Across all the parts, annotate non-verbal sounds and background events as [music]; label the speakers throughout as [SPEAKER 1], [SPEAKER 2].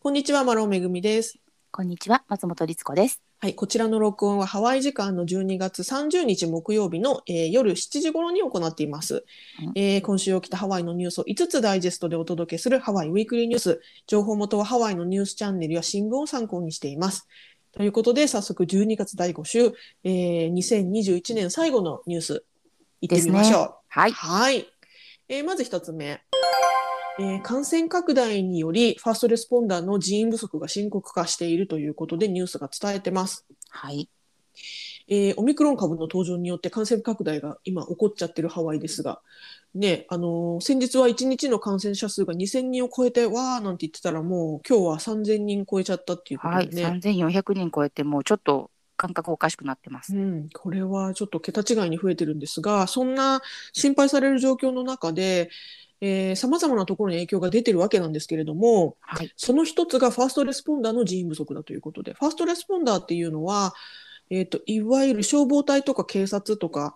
[SPEAKER 1] こんにちは、マロンめぐみです。
[SPEAKER 2] こんにちは、松本律子です。
[SPEAKER 1] はい、こちらの録音はハワイ時間の12月30日木曜日の、えー夜7時頃に行っています、
[SPEAKER 2] うん
[SPEAKER 1] えー今週起きたハワイのニュースを5つダイジェストでお届けするハワイウィークリーニュース。情報元はハワイのニュースチャンネルや新聞を参考にしています。ということで、早速12月第5週、えー、2021年最後のニュース、行ってみましょう。
[SPEAKER 2] はい。
[SPEAKER 1] はい。えーまず一つ目。えー感染拡大により、ファーストレスポンダーの人員不足が深刻化しているということで、ニュースが伝えてます。
[SPEAKER 2] はい。
[SPEAKER 1] えーオミクロン株の登場によって感染拡大が今起こっちゃってるハワイですが、ね、あのー先日は1日の感染者数が2000人を超えて、わーなんて言ってたら、もう今日は3000人超えちゃったっていうこと
[SPEAKER 2] は
[SPEAKER 1] で
[SPEAKER 2] い。
[SPEAKER 1] ね。
[SPEAKER 2] 三千四百人超えて、もうちょっと感覚おかしくなってま
[SPEAKER 1] う
[SPEAKER 2] す。
[SPEAKER 1] ん、これはちょっと桁違いに増えてるんですが、そんな心配される状況の中で、さまざまなところに影響が出てるわけなんですけれども、
[SPEAKER 2] はい。
[SPEAKER 1] その一つがファーストレスポンダーの人員不足だということで、ファーストレスポンダーっていうのは、えーと、いわゆる消防隊とか警察とか、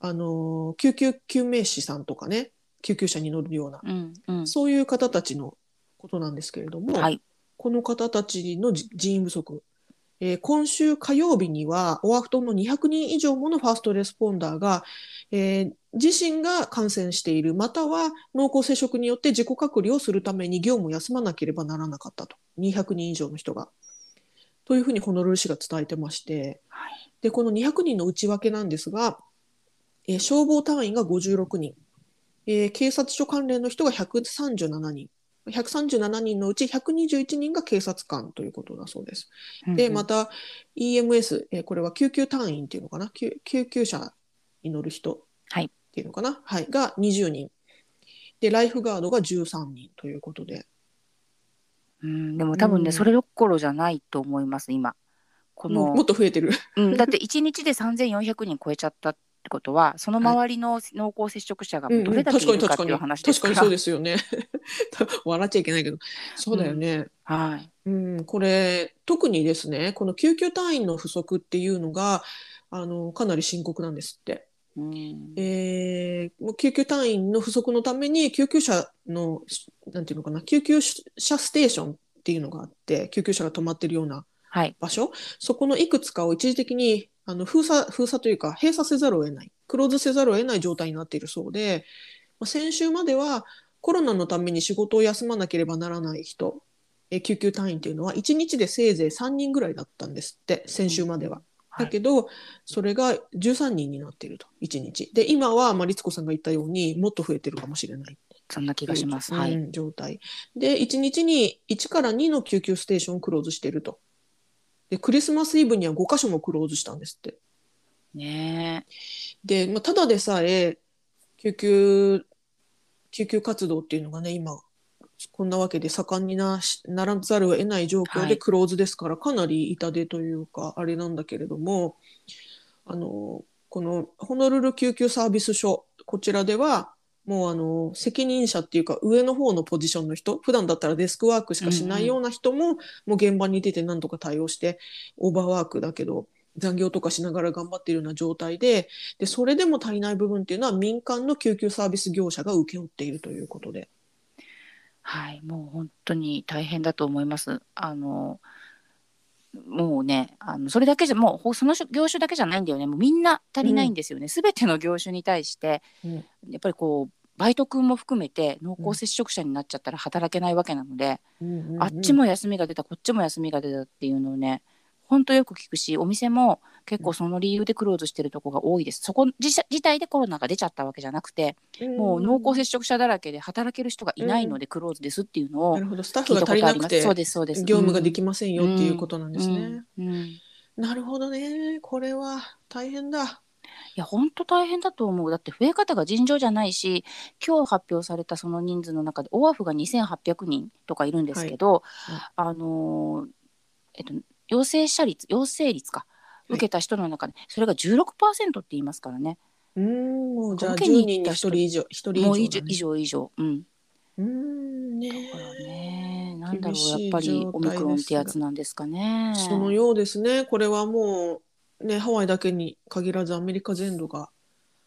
[SPEAKER 1] あのー救急救命士さんとかね、救急車に乗るような、
[SPEAKER 2] うん。うん。
[SPEAKER 1] そういう方たちのことなんですけれども、
[SPEAKER 2] はい。
[SPEAKER 1] この方たちのじ人員不足、えー今週火曜日にはオアフ島の200人以上ものファーストレスポンダーが、えー自身が感染しているまたは濃厚接触によって自己隔離をするために業務を休まなければならなかったと200人以上の人が。というふうにホノルル市が伝えてまして
[SPEAKER 2] は
[SPEAKER 1] でこの200人の内訳なんですが、えー消防隊員が56人、えー警察署関連の人が137人137人のうち121人が警察官ということだそうです。で、ま
[SPEAKER 2] た。
[SPEAKER 1] た EMS、えーこれは救急隊員っていうのかな、救救急車に乗る人
[SPEAKER 2] はい
[SPEAKER 1] っていうのかな、はい、が20人。で、ライフガードが13人ということで、
[SPEAKER 2] うん、でも、多
[SPEAKER 1] う
[SPEAKER 2] 分
[SPEAKER 1] ん
[SPEAKER 2] ね、それどころじゃないと思います。今。こ
[SPEAKER 1] もうもっ
[SPEAKER 2] の。
[SPEAKER 1] と増えてる。
[SPEAKER 2] うん、だって、一日で三千四百人超えちゃったってことは、その周りの濃厚接触者が
[SPEAKER 1] う
[SPEAKER 2] もうんど
[SPEAKER 1] う
[SPEAKER 2] れ
[SPEAKER 1] ん
[SPEAKER 2] だけ
[SPEAKER 1] 確か
[SPEAKER 2] い
[SPEAKER 1] に
[SPEAKER 2] るか
[SPEAKER 1] 確
[SPEAKER 2] って
[SPEAKER 1] か
[SPEAKER 2] いう
[SPEAKER 1] に、
[SPEAKER 2] 話で
[SPEAKER 1] 確
[SPEAKER 2] す
[SPEAKER 1] か
[SPEAKER 2] か。
[SPEAKER 1] らにそうですよね。 [laughs] 笑っちゃいけないけど、そうだよね。
[SPEAKER 2] はい。
[SPEAKER 1] うん、これ、特にですね、この救急隊員の不足っていうのが、あの、かなり深刻なんですって。
[SPEAKER 2] うん。
[SPEAKER 1] えーもう救急隊員の不足のために救急車の、しなんていうのかな、救急車ステーションっていうのがあって、救急車が止まってるような
[SPEAKER 2] はい。
[SPEAKER 1] 場所、そこのいくつかを一時的にあの封鎖、封鎖というか閉鎖せざるを得ない、クローズせざるを得ない状態になっているそうで、まあ、先週まではコロナのために仕事を休まなければならない人、えー救急隊員っていうのは1日でせいぜい3人ぐらいだったんですって、先週までは。
[SPEAKER 2] は
[SPEAKER 1] だ
[SPEAKER 2] い。
[SPEAKER 1] けど、それが13人になっていると、1日。で、今は、まあ、律子さんが言ったように、もっと増えてるかもしれない。
[SPEAKER 2] そんな気がします。
[SPEAKER 1] うん
[SPEAKER 2] はい。
[SPEAKER 1] 状態。で、1日に1から2の救急ステーションをクローズしていると。で、クリスマスイブには5カ所もクローズしたんですって。
[SPEAKER 2] ねえ。
[SPEAKER 1] で、まあ、ただでさえ、救急、救急活動っていうのがね、今、こんなわけで盛んになしならざるを得ない状況
[SPEAKER 2] は
[SPEAKER 1] で
[SPEAKER 2] い
[SPEAKER 1] クローズですから、かなり痛手というか、あれなんだけれども、あの、このホノルル救急サービス所、こちらでは、もうあの、責任者っていうか、上の方のポジションの人、普段だったらデスクワークしかしないような人も、もう現場に出てなんとか対応して、オーバーワークだけど、残業とかしながら頑張っているような状態で、で、それでも足りない部分っていうのは民間の救急サービス業者が請け負っているということで。
[SPEAKER 2] はい、もう本当に大変だと思います。あのもうねあのそれだけじゃもうほその業種だけじゃないんだよねもうみんな足りないんですよね、すべての業種に対して
[SPEAKER 1] うん
[SPEAKER 2] やっぱりこうバイト君も含めて濃厚接触者になっちゃったら働けないわけなので、あっちも休みが出たこっちも休みが出たっていうのをね本当よく聞くしお店も結構その理由でクローズしてるとこが多いですそこ自社自体でコロナが出ちゃったわけじゃなくてもう濃厚
[SPEAKER 1] 接
[SPEAKER 2] 接触者だらけで働ける人がいないのでクローズですっていうのを、
[SPEAKER 1] なるほど、スタッフ
[SPEAKER 2] 聞い
[SPEAKER 1] が
[SPEAKER 2] た
[SPEAKER 1] 足
[SPEAKER 2] こ
[SPEAKER 1] り
[SPEAKER 2] とあ
[SPEAKER 1] な
[SPEAKER 2] り
[SPEAKER 1] く
[SPEAKER 2] ます
[SPEAKER 1] て、
[SPEAKER 2] そうですそうです
[SPEAKER 1] 業務ができ
[SPEAKER 2] ま
[SPEAKER 1] ませんよっていうことなんですね。
[SPEAKER 2] うんうんい
[SPEAKER 1] なるほどね。これは大変だ。
[SPEAKER 2] や本当大変だと思うだって増え方が尋常じゃないし今日発表されたその人数の中でオアフが2800人とかいるんですけど、
[SPEAKER 1] は
[SPEAKER 2] あのーえっと陽性者率陽性率か
[SPEAKER 1] い
[SPEAKER 2] 受けた人の中でそれが16%って言いますからね、
[SPEAKER 1] うーん、もうじゃあ10
[SPEAKER 2] 受けに
[SPEAKER 1] 人
[SPEAKER 2] 行っ
[SPEAKER 1] に1
[SPEAKER 2] た
[SPEAKER 1] 人
[SPEAKER 2] 人
[SPEAKER 1] 以上、1人以上だ
[SPEAKER 2] もう
[SPEAKER 1] ね
[SPEAKER 2] 以上以上以上うん
[SPEAKER 1] うーんね
[SPEAKER 2] だからねなんだ
[SPEAKER 1] 厳
[SPEAKER 2] ろ
[SPEAKER 1] し
[SPEAKER 2] うや
[SPEAKER 1] い
[SPEAKER 2] っぱり
[SPEAKER 1] 状態
[SPEAKER 2] オミクロンってやつなんですかね
[SPEAKER 1] そのようですね。これはもう、ね、ハワイだけに限らずアメリカ全土が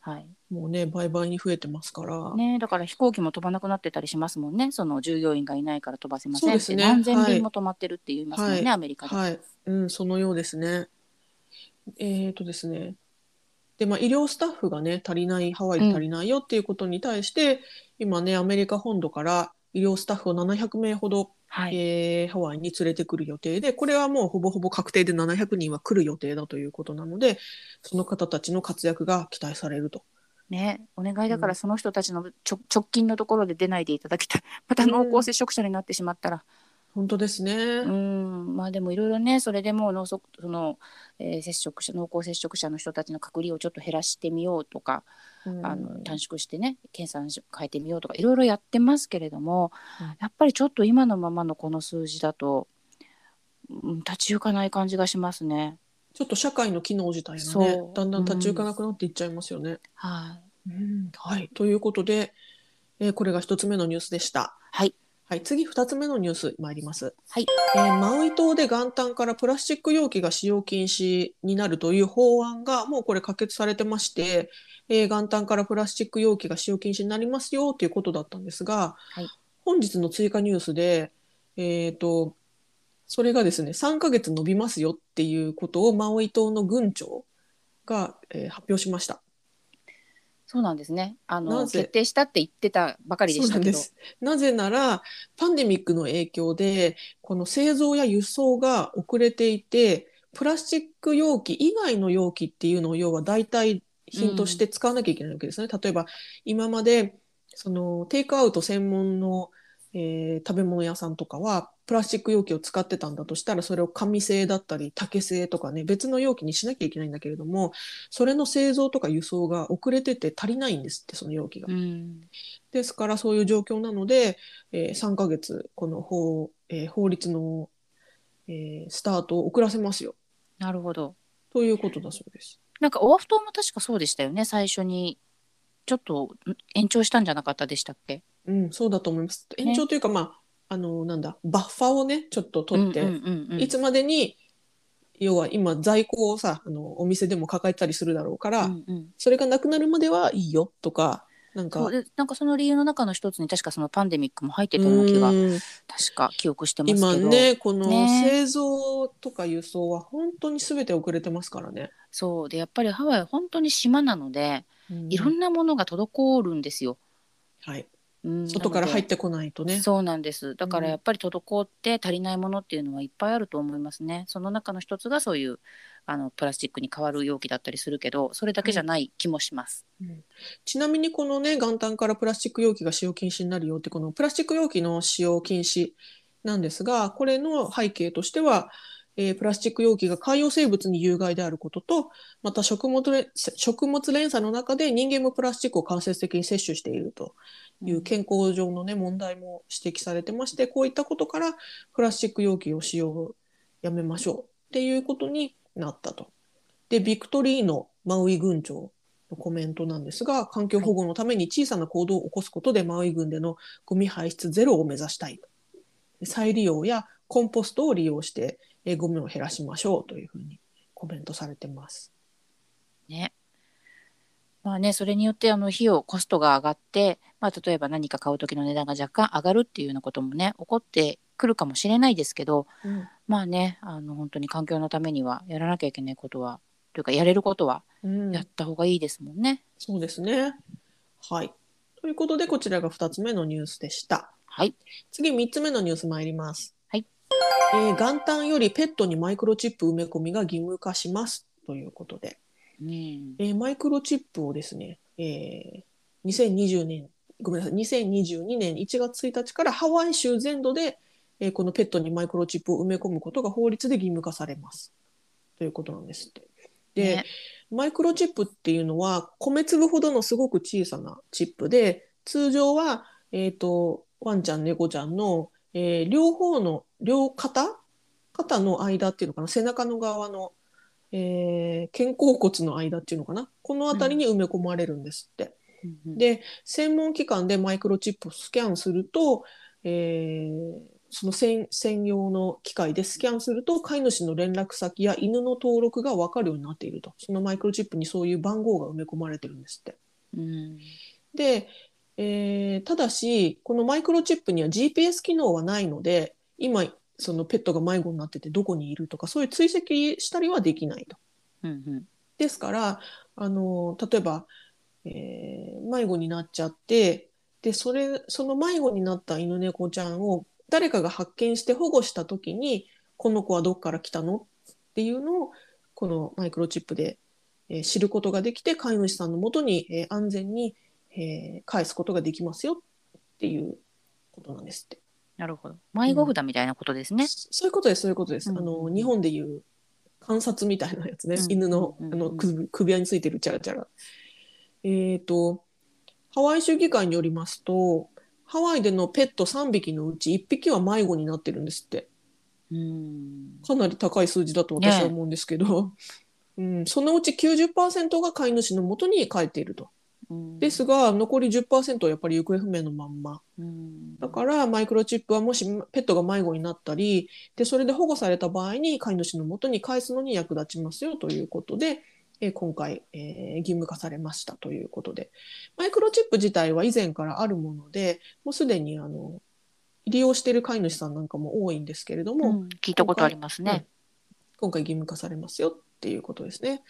[SPEAKER 2] はい
[SPEAKER 1] もうね、倍々に増えてますから。
[SPEAKER 2] ね、だから飛行機も飛ばなくなってたりしますもんねその従業員がいないから飛ばせませ
[SPEAKER 1] そうん
[SPEAKER 2] っ
[SPEAKER 1] です
[SPEAKER 2] て、
[SPEAKER 1] ね
[SPEAKER 2] 何千
[SPEAKER 1] はい
[SPEAKER 2] 便も止まってるって言いますもんね、
[SPEAKER 1] はい
[SPEAKER 2] アメリカで。
[SPEAKER 1] はい、うん、そのようですね。えっとですね。で、まあ、医療スタッフがね、足りない、ハワイで足りないよっていうことに対して、今ね、アメリカ本土から医療スタッフを700名ほど、
[SPEAKER 2] はい
[SPEAKER 1] えーハワイに連れてくる予定で、これはもうほぼほぼ確定で700人は来る予定だということなので、その方たちの活躍が期待されると。
[SPEAKER 2] ね、お願いだか
[SPEAKER 1] うん
[SPEAKER 2] らその人たちのちょ直近のところで出ないでいただきたい [laughs] また濃厚接触者になってしまったら
[SPEAKER 1] 本当ですね。
[SPEAKER 2] うんまあでもいろいろねそれでもう濃そその、えー接触者濃厚接触者の人たちの隔離をちょっと減らしてみようとか、
[SPEAKER 1] うん
[SPEAKER 2] あの短縮してね検査を変えてみようとかいろいろやってますけれども、
[SPEAKER 1] うん
[SPEAKER 2] やっぱりちょっと今のままのこの数字だと、うん、立ち行かない感じがしますね。
[SPEAKER 1] ちょっと社会の機能自体がね
[SPEAKER 2] そう、
[SPEAKER 1] だんだん立ち行かなくなっていっちゃいますよね。
[SPEAKER 2] はい、
[SPEAKER 1] はい、ということで、えーこれが一つ目のニュースでした。
[SPEAKER 2] はい、
[SPEAKER 1] はい、次二つ目のニュース参ります。
[SPEAKER 2] はい、
[SPEAKER 1] えーマウイ島で元旦からプラスチック容器が使用禁止になるという法案がもうこれ可決されてまして、えー元旦からプラスチック容器が使用禁止になりますよということだったんですが、
[SPEAKER 2] はい
[SPEAKER 1] 本日の追加ニュースで、えー、とそれがですね3ヶ月延びますよっていうことをマウイ島の郡長が、えー発表しました。
[SPEAKER 2] そうなんですね。あ
[SPEAKER 1] な
[SPEAKER 2] の
[SPEAKER 1] ぜ
[SPEAKER 2] 決定したって言ってたばかりで
[SPEAKER 1] そう
[SPEAKER 2] し
[SPEAKER 1] な
[SPEAKER 2] た
[SPEAKER 1] ん
[SPEAKER 2] け
[SPEAKER 1] で
[SPEAKER 2] ど、
[SPEAKER 1] す。なぜなら、パンデミックの影響で、この製造や輸送が遅れていて、プラスチック容器以外の容器っていうのを要は代替品として使わなきゃいけないわけですね。例えば、今まで、その、テイクアウト専門の、えー食べ物屋さんとかは、プラスチック容器を使ってたんだとしたら、それを紙製だったり、竹製とかね、別の容器にしなきゃいけないんだけれども、それの製造とか輸送が遅れてて足りないんですって、その容器が。
[SPEAKER 2] うん、
[SPEAKER 1] ですからそういう状況なので、えー3ヶ月この法,、えー法律の、えースタートを遅らせますよ
[SPEAKER 2] なるほど。
[SPEAKER 1] ということだそうです。
[SPEAKER 2] なんかオアフ島も確かそうでしたよね。最初にちょっとん延長したんじゃなかったでしたっけ？
[SPEAKER 1] うん、そうだと思います。
[SPEAKER 2] ね
[SPEAKER 1] 延長というか、まああのなんだバッファーをねちょっと取って、
[SPEAKER 2] うんうんうんうん
[SPEAKER 1] いつまでに要は今在庫をさあのお店でも抱えてたりするだろうから、
[SPEAKER 2] うんうん
[SPEAKER 1] それがなくなるまではいいよとかなん
[SPEAKER 2] そ
[SPEAKER 1] か
[SPEAKER 2] う。でなんかその理由の中の一つに確かそのパンデミックも入ってたような気が
[SPEAKER 1] うん
[SPEAKER 2] 確か記憶してますけど
[SPEAKER 1] 今ねこの
[SPEAKER 2] ね
[SPEAKER 1] 製造とか輸送は本当に全て遅れてますからね。
[SPEAKER 2] そうでやっぱりハワイは本当に島なのでいろ
[SPEAKER 1] なん
[SPEAKER 2] なものが滞るんですよ。
[SPEAKER 1] はい、
[SPEAKER 2] うん、
[SPEAKER 1] 外から入っててこないとね。
[SPEAKER 2] そうなんですだからやっぱり滞って足りないものっていうのはいっぱいあると思いますね。その中の一つがそういうあのプラスチックに変わる容器だったりするけどそれだけじゃない気もします。
[SPEAKER 1] ちなみにこのね元旦からプラスチック容器が使用禁止になるよってこのプラスチック容器の使用禁止なんですがこれの背景としては、えープラスチック容器が海洋生物に有害であることとまた食物れ食物連鎖の中で人間もプラスチックを間接的に摂取しているという健康上のね問題も指摘されてましてこういったことからプラスチック容器を使用をやめましょうっていうことになったと。でビクトリーノマウイ郡長のコメントなんですが環境保護のために小さな行動を起こすことでマウイ郡でのゴミ排出ゼロを目指したい再利用やコンポストを利用してえーゴミを減らしましょうというふうにコメントされてます。
[SPEAKER 2] ね。まあね、それによってあの費用コストが上がって、まあ、例えば何か買う時の値段が若干上がるっていうようなこともね起こってくるかもしれないですけど
[SPEAKER 1] うん
[SPEAKER 2] まあねあの本当に環境のためにはやらなきゃいけないことはというかやれることはやった方がいいですもんね。
[SPEAKER 1] そうですね。はい。ということで、こちらが2つ目のニュースでした。
[SPEAKER 2] はい、
[SPEAKER 1] 次、3つ目のニュース参ります。
[SPEAKER 2] はい。
[SPEAKER 1] えー元旦よりペットにマイクロチップ埋め込みが義務化します。ということで、
[SPEAKER 2] うん
[SPEAKER 1] えーマイクロチップをですね、えー2020年、ごめんなさい、2022年1月1日からハワイ州全土で、えーこのペットにマイクロチップを埋め込むことが法律で義務化されます。ということなんですって。で、
[SPEAKER 2] ね
[SPEAKER 1] マイクロチップっていうのは米粒ほどのすごく小さなチップで通常は、えー、とワンちゃん猫ちゃんの、えー両方の両肩肩の間っていうのかな背中の側の、えー肩甲骨の間っていうのかなこの辺りに埋め込まれるんですって。
[SPEAKER 2] うんうん
[SPEAKER 1] で専門機関でマイクロチップをスキャンすると、えーその専専用の機械でスキャンすると飼い主の連絡先や犬の登録が分かるようになっているとそのマイクロチップにそういう番号が埋め込まれてるんですって。
[SPEAKER 2] うん
[SPEAKER 1] で、えーただしこのマイクロチップには GPS 機能はないので今そのペットが迷子になっててどこにいるとかそういう追跡したりはできないと。
[SPEAKER 2] うん
[SPEAKER 1] ですからあの例えば、えー迷子になっちゃってでそれその迷子になった犬猫ちゃんを誰かが発見して保護した時にこの子はどっから来たのっていうのをこのマイクロチップで、えー知ることができて飼い主さんのもとに、えー安全に、えー返すことができますよっていうことなんですって。
[SPEAKER 2] なるほど迷子札みたいなことですね。
[SPEAKER 1] そそういうことです、そういうことです。
[SPEAKER 2] うん
[SPEAKER 1] あの日本でいう観察みたいなやつね、
[SPEAKER 2] うん
[SPEAKER 1] 犬のあ
[SPEAKER 2] うん
[SPEAKER 1] の
[SPEAKER 2] うん
[SPEAKER 1] 首首輪についてるチャラチャラ。えっ、と、ハワイ州議会によりますと、ハワイでのペット3匹のうち1匹は迷子になってるんですって、
[SPEAKER 2] うん
[SPEAKER 1] かなり高い数字だと私は思うんですけど、 [laughs] うん、そのうち90%が飼い主のもとに帰っていると。
[SPEAKER 2] うん
[SPEAKER 1] ですが、残り10%はやっぱり行方不明のまんま。
[SPEAKER 2] うん
[SPEAKER 1] だからマイクロチップはもしペットが迷子になったりでそれで保護された場合に飼い主のもとに返すのに役立ちますよということで、えー今回、えー義務化されましたということでマイクロチップ自体は以前からあるものでもうすでにあの利用している飼い主さんなんかも多いんですけれども、
[SPEAKER 2] うん聞いたことありますね。
[SPEAKER 1] 今回義務化されますよっていうことですね。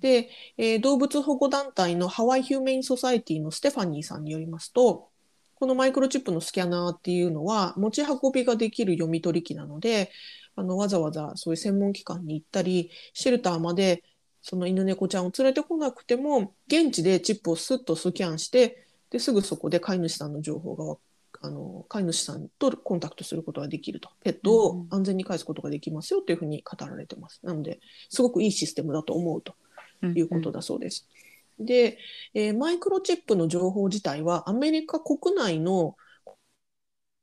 [SPEAKER 1] で、えー動物保護団体のハワイ・ヒューメイン・ソサイティのステファニーさんによりますとこのマイクロチップのスキャナーっていうのは持ち運びができる読み取り機なのであのわざわざそういう専門機関に行ったりシェルターまでその犬猫ちゃんを連れてこなくても現地でチップをスッとスキャンしてですぐそこで飼い主さんの情報がわあの飼い主さんとコンタクトすることができるとペット
[SPEAKER 2] うんう
[SPEAKER 1] を
[SPEAKER 2] ん
[SPEAKER 1] 安全に返すことができますよというふうに語られてます。なのですごくいいシステムだと思うと
[SPEAKER 2] うん
[SPEAKER 1] いうことだそうです。で、えーマイクロチップの情報自体はアメリカ国内の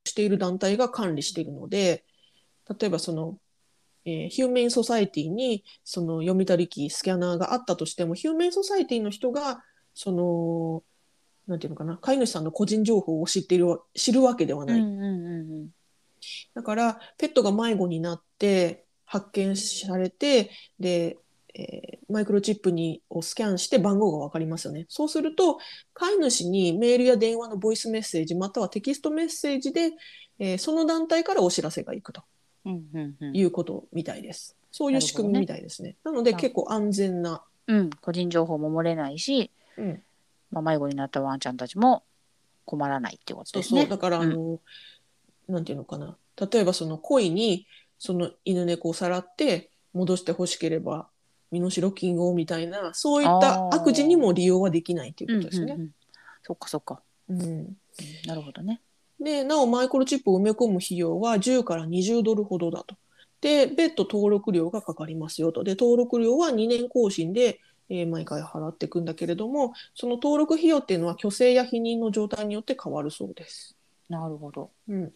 [SPEAKER 1] している団体が管理しているので例えばその、えーヒューメンソサイティにその読み取り機スキャナーがあったとしてもヒューメンソサイティの人がそのなんていうのかな飼い主さんの個人情報を知っているわ知るわけでは
[SPEAKER 2] う
[SPEAKER 1] ない
[SPEAKER 2] んうんうんうん
[SPEAKER 1] だからペットが迷子になって発見されてで、えーマイクロチップにをスキャンして番号が分かりますよねそうすると飼い主にメールや電話のボイスメッセージまたはテキストメッセージで、えーその団体からお知らせがいくと
[SPEAKER 2] うんうんうん
[SPEAKER 1] いうことみたいです。そういう仕組みみたいですね。なので
[SPEAKER 2] なる
[SPEAKER 1] 結構安全な、
[SPEAKER 2] うん、個人情報も漏れないし、
[SPEAKER 1] うん、
[SPEAKER 2] まあ、迷子になったワンちゃんたちも困らないっていうこと
[SPEAKER 1] そう
[SPEAKER 2] です
[SPEAKER 1] そう、
[SPEAKER 2] ね。
[SPEAKER 1] だからあの、なんていうのかな例えばその恋にその犬猫をさらって戻してほしければ身代金をみたいなそういった
[SPEAKER 2] あー
[SPEAKER 1] 悪事にも利用はできないということです
[SPEAKER 2] うん
[SPEAKER 1] ね
[SPEAKER 2] う。んうんそっかそっか。
[SPEAKER 1] うん
[SPEAKER 2] うんなるほどね。
[SPEAKER 1] でなおマイクロチップを埋め込む費用は10から20ドルほどだと。で別途登録料がかかりますよと。で登録料は2年更新で、えー毎回払っていくんだけれどもその登録費用っていうのは虚勢や否認の状態によって変わるそうです。
[SPEAKER 2] なるほど。
[SPEAKER 1] うん、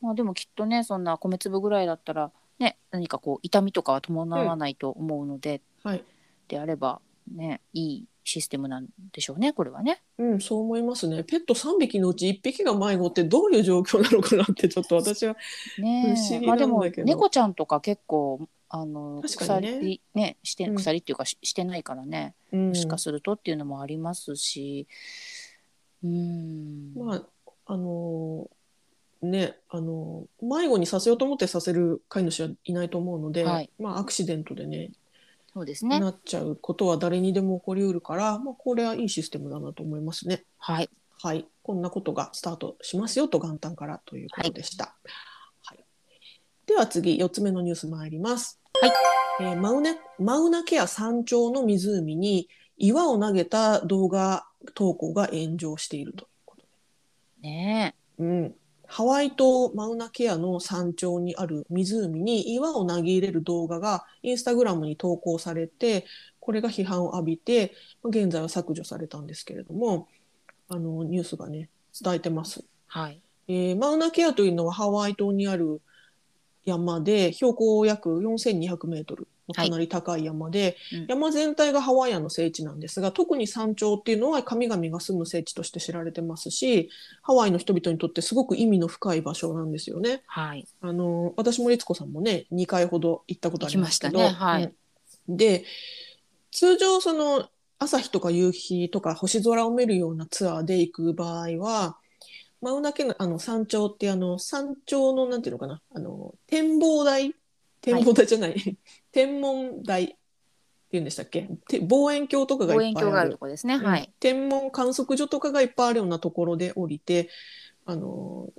[SPEAKER 2] まあでもきっとね、そんな米粒ぐらいだったらね、何かこう痛みとかは伴わないと思うので、
[SPEAKER 1] はい
[SPEAKER 2] であればね、いいシステムなんでしょうね、これはね。
[SPEAKER 1] うん、そう思いますね。ペット3匹のうち1匹が迷子ってどういう状況なのかなってちょっと私は、
[SPEAKER 2] ね
[SPEAKER 1] 不思議
[SPEAKER 2] ま
[SPEAKER 1] な
[SPEAKER 2] あ
[SPEAKER 1] んだけ
[SPEAKER 2] で
[SPEAKER 1] ど
[SPEAKER 2] も猫ちゃんとか結構あの
[SPEAKER 1] 確かにね
[SPEAKER 2] 鎖ねして
[SPEAKER 1] うん
[SPEAKER 2] 鎖っていうかし,、してないからね。
[SPEAKER 1] うん
[SPEAKER 2] もしかするとっていうのもありますし、うん、
[SPEAKER 1] まああのーねあのー迷子にさせようと思ってさせる飼い主はいないと思うので、
[SPEAKER 2] はい
[SPEAKER 1] まあ、アクシデントでね
[SPEAKER 2] そうですね。
[SPEAKER 1] なっちゃうことは誰にでも起こりうるから、まあ、これはいいシステムだなと思いますね。
[SPEAKER 2] はい、
[SPEAKER 1] はい、こんなことがスタートしますよと元旦からということでした。はいでは次4つ目のニュース参ります。
[SPEAKER 2] はい
[SPEAKER 1] えーマウネマウナケア山頂の湖に岩を投げた動画投稿が炎上しているということ
[SPEAKER 2] ね
[SPEAKER 1] うん、ハワイ島マウナケアの山頂にある湖に岩を投げ入れる動画がインスタグラムに投稿されてこれが批判を浴びてまあ現在は削除されたんですけれどもあのニュースがね伝えてます、
[SPEAKER 2] え、はい、
[SPEAKER 1] えーマウナケアというのはハワイ島にある山で標高約4200メートルのかなり高い山で、
[SPEAKER 2] うん
[SPEAKER 1] 山全体がハワイアンの聖地なんですが特に山頂っていうのは神々が住む聖地として知られてますしハワイの人々にとってすごく意味の深い場所なんですよね。
[SPEAKER 2] はい、
[SPEAKER 1] あの私も律子さんもね2回ほど行ったことありますけど
[SPEAKER 2] 行きましたねはい
[SPEAKER 1] うんで通常その朝日とか夕日とか星空を見るようなツアーで行く場合は、マウナケのあの山頂ってあの山頂のなんていうのかな、あの展望台、展望台じゃない、 [laughs] 天文台っていうんでしたっけ、て望遠鏡とかが
[SPEAKER 2] 望
[SPEAKER 1] いっ
[SPEAKER 2] 遠
[SPEAKER 1] ぱい
[SPEAKER 2] 鏡が
[SPEAKER 1] あ
[SPEAKER 2] あ
[SPEAKER 1] る
[SPEAKER 2] るとこですね。はい。
[SPEAKER 1] 天文観測所とかがいっぱいあるようなところで降りてあの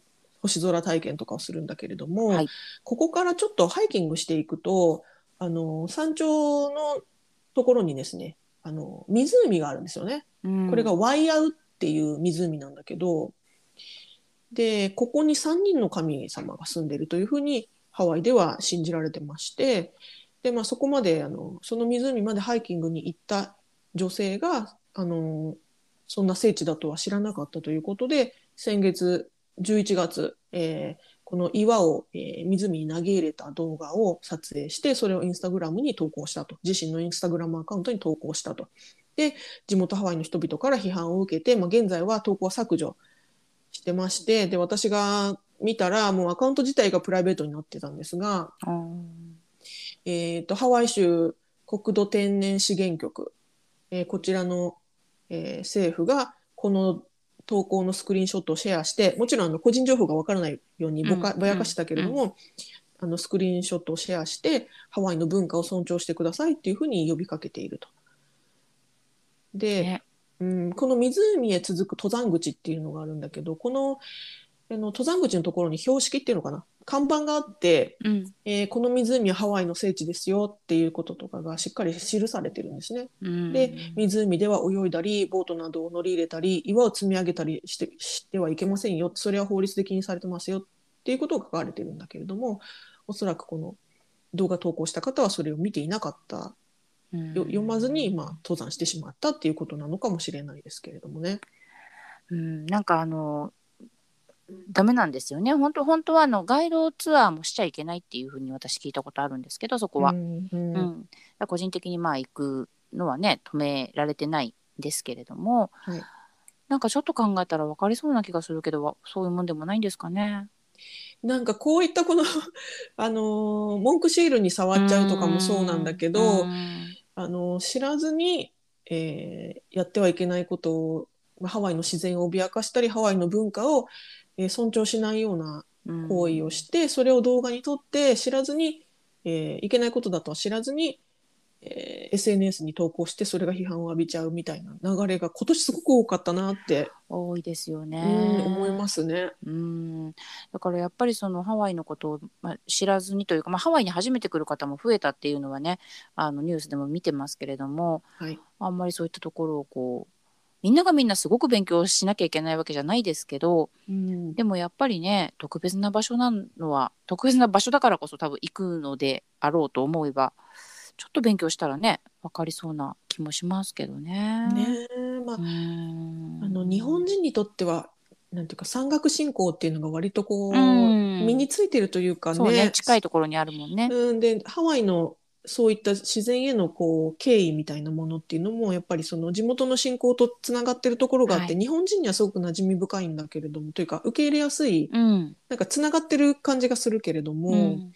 [SPEAKER 1] 星空体験とかをするんだけれども、
[SPEAKER 2] はい
[SPEAKER 1] ここからちょっとハイキングしていくとあの山頂のところにですねあの湖があるんですよね。
[SPEAKER 2] うん
[SPEAKER 1] これがワイアウっていう湖なんだけどでここに3人の神様が住んでるというふうにハワイでは信じられてましてで、まあ、そこまであのその湖までハイキングに行った女性があのそんな聖地だとは知らなかったということで先月11月、えーこの岩を、えー湖に投げ入れた動画を撮影してそれをインスタグラムに投稿したと自身のインスタグラムアカウントに投稿したと。地元ハワイの人々から批判を受けて、まあ、現在は投稿は削除してましてで私が見たらもうアカウント自体がプライベートになってたんですが、
[SPEAKER 2] あー
[SPEAKER 1] えー、とハワイ州国土天然資源局、えーこちらの、えー政府がこの投稿のスクリーンショットをシェアしてもちろんあの個人情報がわからないようにぼか
[SPEAKER 2] うん
[SPEAKER 1] ぼやかしたけれども、あのスクリーンショットをシェアしてハワイの文化を尊重してくださいっていうふうに呼びかけていると。で、
[SPEAKER 2] ね
[SPEAKER 1] うん、この湖へ続く登山口っていうのがあるんだけどこのあの登山口のところに標識っていうのかな看板があって、
[SPEAKER 2] うん。
[SPEAKER 1] えーこの湖はハワイの聖地ですよっていうこととかがしっかり記されてるんですね。
[SPEAKER 2] うん
[SPEAKER 1] で湖では泳いだりボートなどを乗り入れたり岩を積み上げたりしてしてはいけませんよそれは法律で禁止されてますよっていうことが書かれてるんだけれどもおそらくこの動画投稿した方はそれを見ていなかった
[SPEAKER 2] うん
[SPEAKER 1] よ読まずに、まあ、登山してしまったっていうことなのかもしれないですけれどもね。
[SPEAKER 2] うん、なんかあのダメなんですよね本当本当はあのガイドツアーもしちゃいけないっていうふうに私聞いたことあるんですけどそこは、
[SPEAKER 1] うんう
[SPEAKER 2] うん
[SPEAKER 1] ん
[SPEAKER 2] だから個人的にまあ行くのはね止められてないですけれども、
[SPEAKER 1] はい
[SPEAKER 2] なんかちょっと考えたら分かりそうな気がするけどわそういうもんでもないんですかね。
[SPEAKER 1] なんかこういったこの、 [laughs] あのー文句シールに触っちゃうとかもそうなんだけど、
[SPEAKER 2] うん
[SPEAKER 1] あのー知らずに、えーやってはいけないことをまあハワイの自然を脅かしたりハワイの文化を、えー尊重しないような
[SPEAKER 2] うん
[SPEAKER 1] 行為をして、それを動画に撮って知らずに、えーいけないことだとは知らずに、えー SNS に投稿してそれが批判を浴びちゃうみたいな流れが今年すごく多かったなって、
[SPEAKER 2] 多いですよね。
[SPEAKER 1] うん思いますね。
[SPEAKER 2] うんだからやっぱりそのハワイのことを、まあ、知らずにというか、まあ、ハワイに初めて来る方も増えたっていうのはねあのニュースでも見てますけれども
[SPEAKER 1] はい
[SPEAKER 2] あんまりそういったところをこうみんながみんなすごく勉強しなきゃいけないわけじゃないですけど
[SPEAKER 1] うん
[SPEAKER 2] でもやっぱりね特別な場所なのは特別な場所だからこそ多分行くのであろうと思えばちょっと勉強したらね分かりそうな気もしますけどね。
[SPEAKER 1] ねえまあ
[SPEAKER 2] うん
[SPEAKER 1] あの日本人にとってはなんていうか山岳信仰っていうのが割とこう、
[SPEAKER 2] うん
[SPEAKER 1] 身についてるというかね
[SPEAKER 2] そうね近いところにあるもんね。
[SPEAKER 1] うん、でハワイのそういった自然へのこう敬意みたいなものっていうのもやっぱりその地元の信仰とつながってるところがあって、
[SPEAKER 2] はい
[SPEAKER 1] 日本人にはすごく馴染み深いんだけれどもというか受け入れやすい
[SPEAKER 2] うん、
[SPEAKER 1] なんかつながってる感じがするけれども、
[SPEAKER 2] うん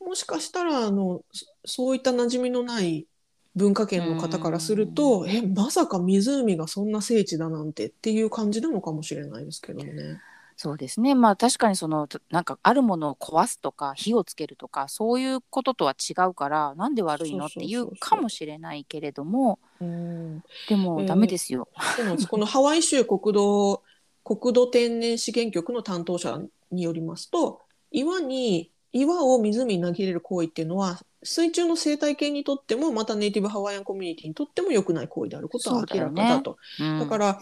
[SPEAKER 1] もしかしたらあのそそういった馴染みのない文化圏の方からすると、えまさか湖がそんな聖地だなんてっていう感じなのかもしれないですけどもね。
[SPEAKER 2] そうですねまあ確かにそのとなんかあるものを壊すとか火をつけるとかそういうこととは違うからなんで悪いのっ
[SPEAKER 1] そ
[SPEAKER 2] て
[SPEAKER 1] うそう
[SPEAKER 2] い
[SPEAKER 1] そうそう
[SPEAKER 2] うかもしれないけれども
[SPEAKER 1] うん、
[SPEAKER 2] でもダメですよ。
[SPEAKER 1] そうなんですこのハワイ州国道国土天然資源局の担当者によりますと岩に岩を湖に投げ入れる行為っていうのは水中の生態系にとってもまたネイティブハワイアンコミュニティにとっても良くない行為であることは明らか
[SPEAKER 2] そうだよ
[SPEAKER 1] だ
[SPEAKER 2] ね
[SPEAKER 1] と。
[SPEAKER 2] うん
[SPEAKER 1] だから、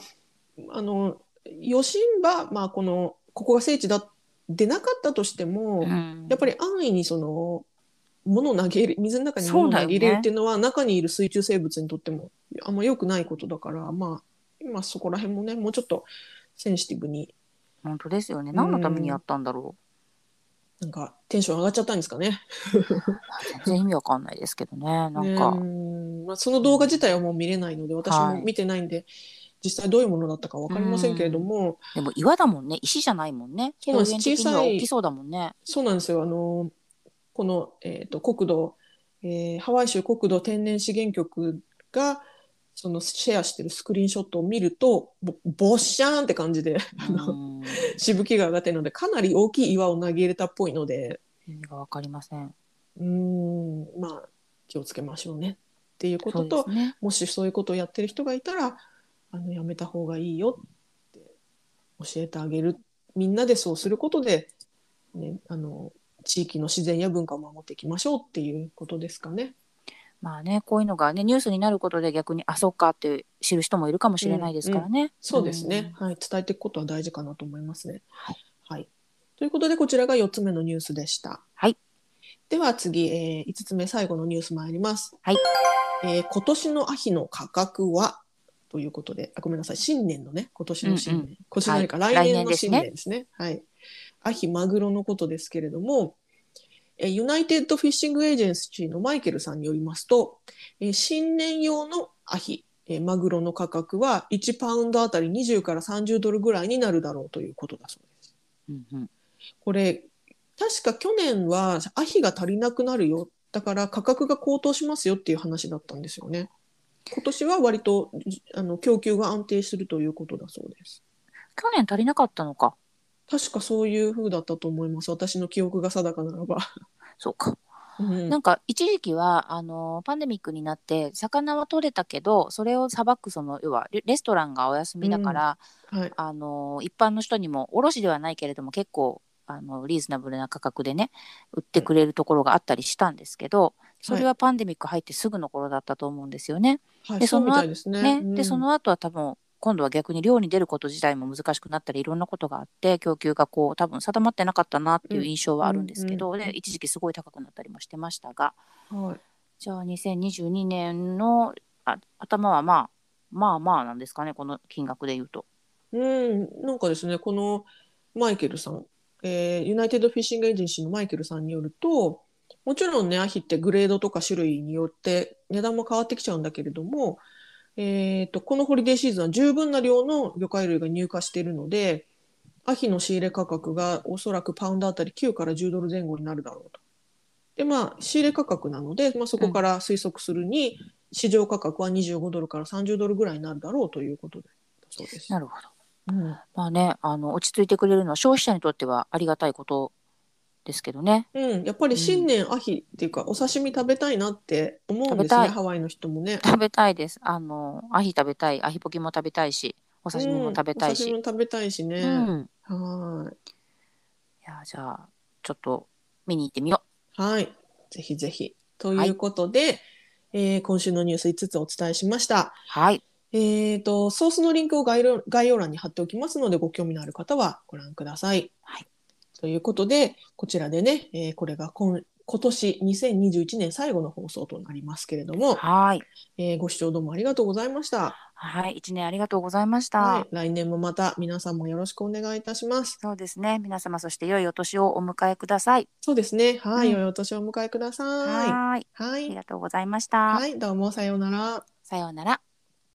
[SPEAKER 1] あの、余震は、まあ、この、ここが聖地だ、でなかったとしても、
[SPEAKER 2] うん
[SPEAKER 1] やっぱり安易にその、物を投げ入れ、水の中に
[SPEAKER 2] そ
[SPEAKER 1] 物
[SPEAKER 2] う
[SPEAKER 1] を
[SPEAKER 2] だ
[SPEAKER 1] 投
[SPEAKER 2] よ
[SPEAKER 1] げ
[SPEAKER 2] ね
[SPEAKER 1] 入れるっていうのは、中にいる水中生物にとっても、あんま良くないことだから、まあ、今そこら辺もね、もうちょっとセンシティブに、
[SPEAKER 2] 本当ですよね何のためにやったんだろ
[SPEAKER 1] なんかテンション上がっちゃったんですかね。
[SPEAKER 2] う、全然意味わかんないですけどねなん
[SPEAKER 1] ね
[SPEAKER 2] か、
[SPEAKER 1] うんまあ、その動画自体はもう見れないので、私
[SPEAKER 2] は
[SPEAKER 1] も
[SPEAKER 2] い
[SPEAKER 1] 見てないんで、実際どういうものだったかわかりませんけれども、
[SPEAKER 2] でも岩だもんね石じゃないもんね
[SPEAKER 1] そうなんです
[SPEAKER 2] 表現的には大きそうだもんね。
[SPEAKER 1] そうなんですよ。あの、この、えっと、国土、えーハワイ州国土天然資源局がそのシェアしてるスクリーンショットを見るとぼぼっしゃーんって感じで [laughs] あの
[SPEAKER 2] うん
[SPEAKER 1] しぶきが上がってるのでかなり大きい岩を投げ入れたっぽいので
[SPEAKER 2] 意味がわかりません。
[SPEAKER 1] うーんまあ気をつけましょうねっていうことと
[SPEAKER 2] そうですね。
[SPEAKER 1] もしそういうことをやってる人がいたらあのやめた方がいいよって教えてあげるみんなでそうすることで、ね、あの地域の自然や文化を守っていきましょうっていうことですかね。
[SPEAKER 2] まあね、こういうのがね、ニュースになることで逆に、あ、そうかって知る人もいるかもしれないですからね。
[SPEAKER 1] そうですね、はい、伝えていくことは大事かなと思いますね。はい、ということでこちらが4つ目のニュースでした。
[SPEAKER 2] はい、
[SPEAKER 1] では次、え5つ目最後のニュース参ります。
[SPEAKER 2] はい
[SPEAKER 1] えー今年のアヒの価格はということであごめんなさい新年のね今年の新年、
[SPEAKER 2] うん
[SPEAKER 1] 今年じゃないか、
[SPEAKER 2] はい
[SPEAKER 1] 来年
[SPEAKER 2] 来年
[SPEAKER 1] の
[SPEAKER 2] です
[SPEAKER 1] 新
[SPEAKER 2] ね
[SPEAKER 1] 年ですね。はい、アヒマグロのことですけれども。えーユナイテッドフィッシングエージェンシーのマイケルさんによりますと、えー新年用のアヒ、えーマグロの価格は1パウンドあたり20から30ドルぐらいになるだろうということだそうです。
[SPEAKER 2] うんうん
[SPEAKER 1] これ確か去年はアヒが足りなくなるよだから価格が高騰しますよっていう話だったんですよね。今年は割とじあの供給が安定するということだそうです。
[SPEAKER 2] 去年足りなかったのか。
[SPEAKER 1] 確かそういう風だったと思います。私の記憶が定かならば。
[SPEAKER 2] そうか。
[SPEAKER 1] うん
[SPEAKER 2] なんか一時期はあのパンデミックになって魚は取れたけどそれをさばくその要はレレストランがお休みだから、
[SPEAKER 1] はい、
[SPEAKER 2] あの一般の人にも卸ではないけれども結構あのリーズナブルな価格でね売ってくれるところがあったりしたんですけどそれはパンデミック入ってすぐの頃だったと思うんですよね。
[SPEAKER 1] はい、
[SPEAKER 2] で
[SPEAKER 1] そう
[SPEAKER 2] その
[SPEAKER 1] みたいですね。
[SPEAKER 2] ね
[SPEAKER 1] うん
[SPEAKER 2] でその後は多分今度は逆に漁に出ること自体も難しくなったりいろんなことがあって供給がこう多分定まってなかったなっていう印象はあるんですけど、
[SPEAKER 1] うんうんうん
[SPEAKER 2] で一時期すごい高くなったりもしてましたが
[SPEAKER 1] はい
[SPEAKER 2] じゃあ2022年のあ頭はまあまあまあなんですかねこの金額で言うと。
[SPEAKER 1] うん、なんかですね、このマイケルさん、えーユナイテッドフィッシングエージェンシーのマイケルさんによると、もちろんね、アヒってグレードとか種類によって値段も変わってきちゃうんだけれども、えーと、このホリデーシーズンは十分な量の魚介類が入荷しているので、アヒの仕入れ価格がおそらくパウンドあたり9から10ドル前後になるだろうと。で、まあ、仕入れ価格なので、まあ、そこから推測するに、市場価格は25ドルから30ドルぐらいになるだろうということで、そうです。
[SPEAKER 2] なるほど。
[SPEAKER 1] うん
[SPEAKER 2] まあねあの落ち着いてくれるのは消費者にとってはありがたいことですけどね。 [laughs]
[SPEAKER 1] うん、やっぱり新年アヒっていうか、お刺身食べたいなって思うん
[SPEAKER 2] 食
[SPEAKER 1] です
[SPEAKER 2] べた
[SPEAKER 1] ね
[SPEAKER 2] い
[SPEAKER 1] ハワイの人もね。
[SPEAKER 2] 食べたいです。あのアヒ食べたいアヒポキも食べたいしお刺身も食べたい
[SPEAKER 1] うん、お刺身
[SPEAKER 2] し。
[SPEAKER 1] も食べたいし
[SPEAKER 2] う
[SPEAKER 1] ね。
[SPEAKER 2] ん、
[SPEAKER 1] はい
[SPEAKER 2] やじゃあちょっと見に行ってみよ
[SPEAKER 1] いはいぜひぜひということで、えー今週のニュース5つお伝えしました
[SPEAKER 2] う。。はい
[SPEAKER 1] えー、とソースのリンクを概要概要欄に貼っておきますのでご興味のある方はご覧ください。
[SPEAKER 2] はい
[SPEAKER 1] ということでこちらでね、えーこれが今今年2021年最後の放送となりますけれども、
[SPEAKER 2] はい
[SPEAKER 1] えーご視聴どうもありがとうございました。
[SPEAKER 2] はい一年ありがとうございました。
[SPEAKER 1] はい、来年もまた皆さんもよろしくお願いいたします。
[SPEAKER 2] そうですね皆様そして良いお年をお迎えください。
[SPEAKER 1] そうですね。はい、
[SPEAKER 2] うん
[SPEAKER 1] 良いお年をお迎えください。
[SPEAKER 2] はいあ
[SPEAKER 1] はい、
[SPEAKER 2] り
[SPEAKER 1] はい、
[SPEAKER 2] がとうございました。
[SPEAKER 1] どうもさようなら。
[SPEAKER 2] さようなら。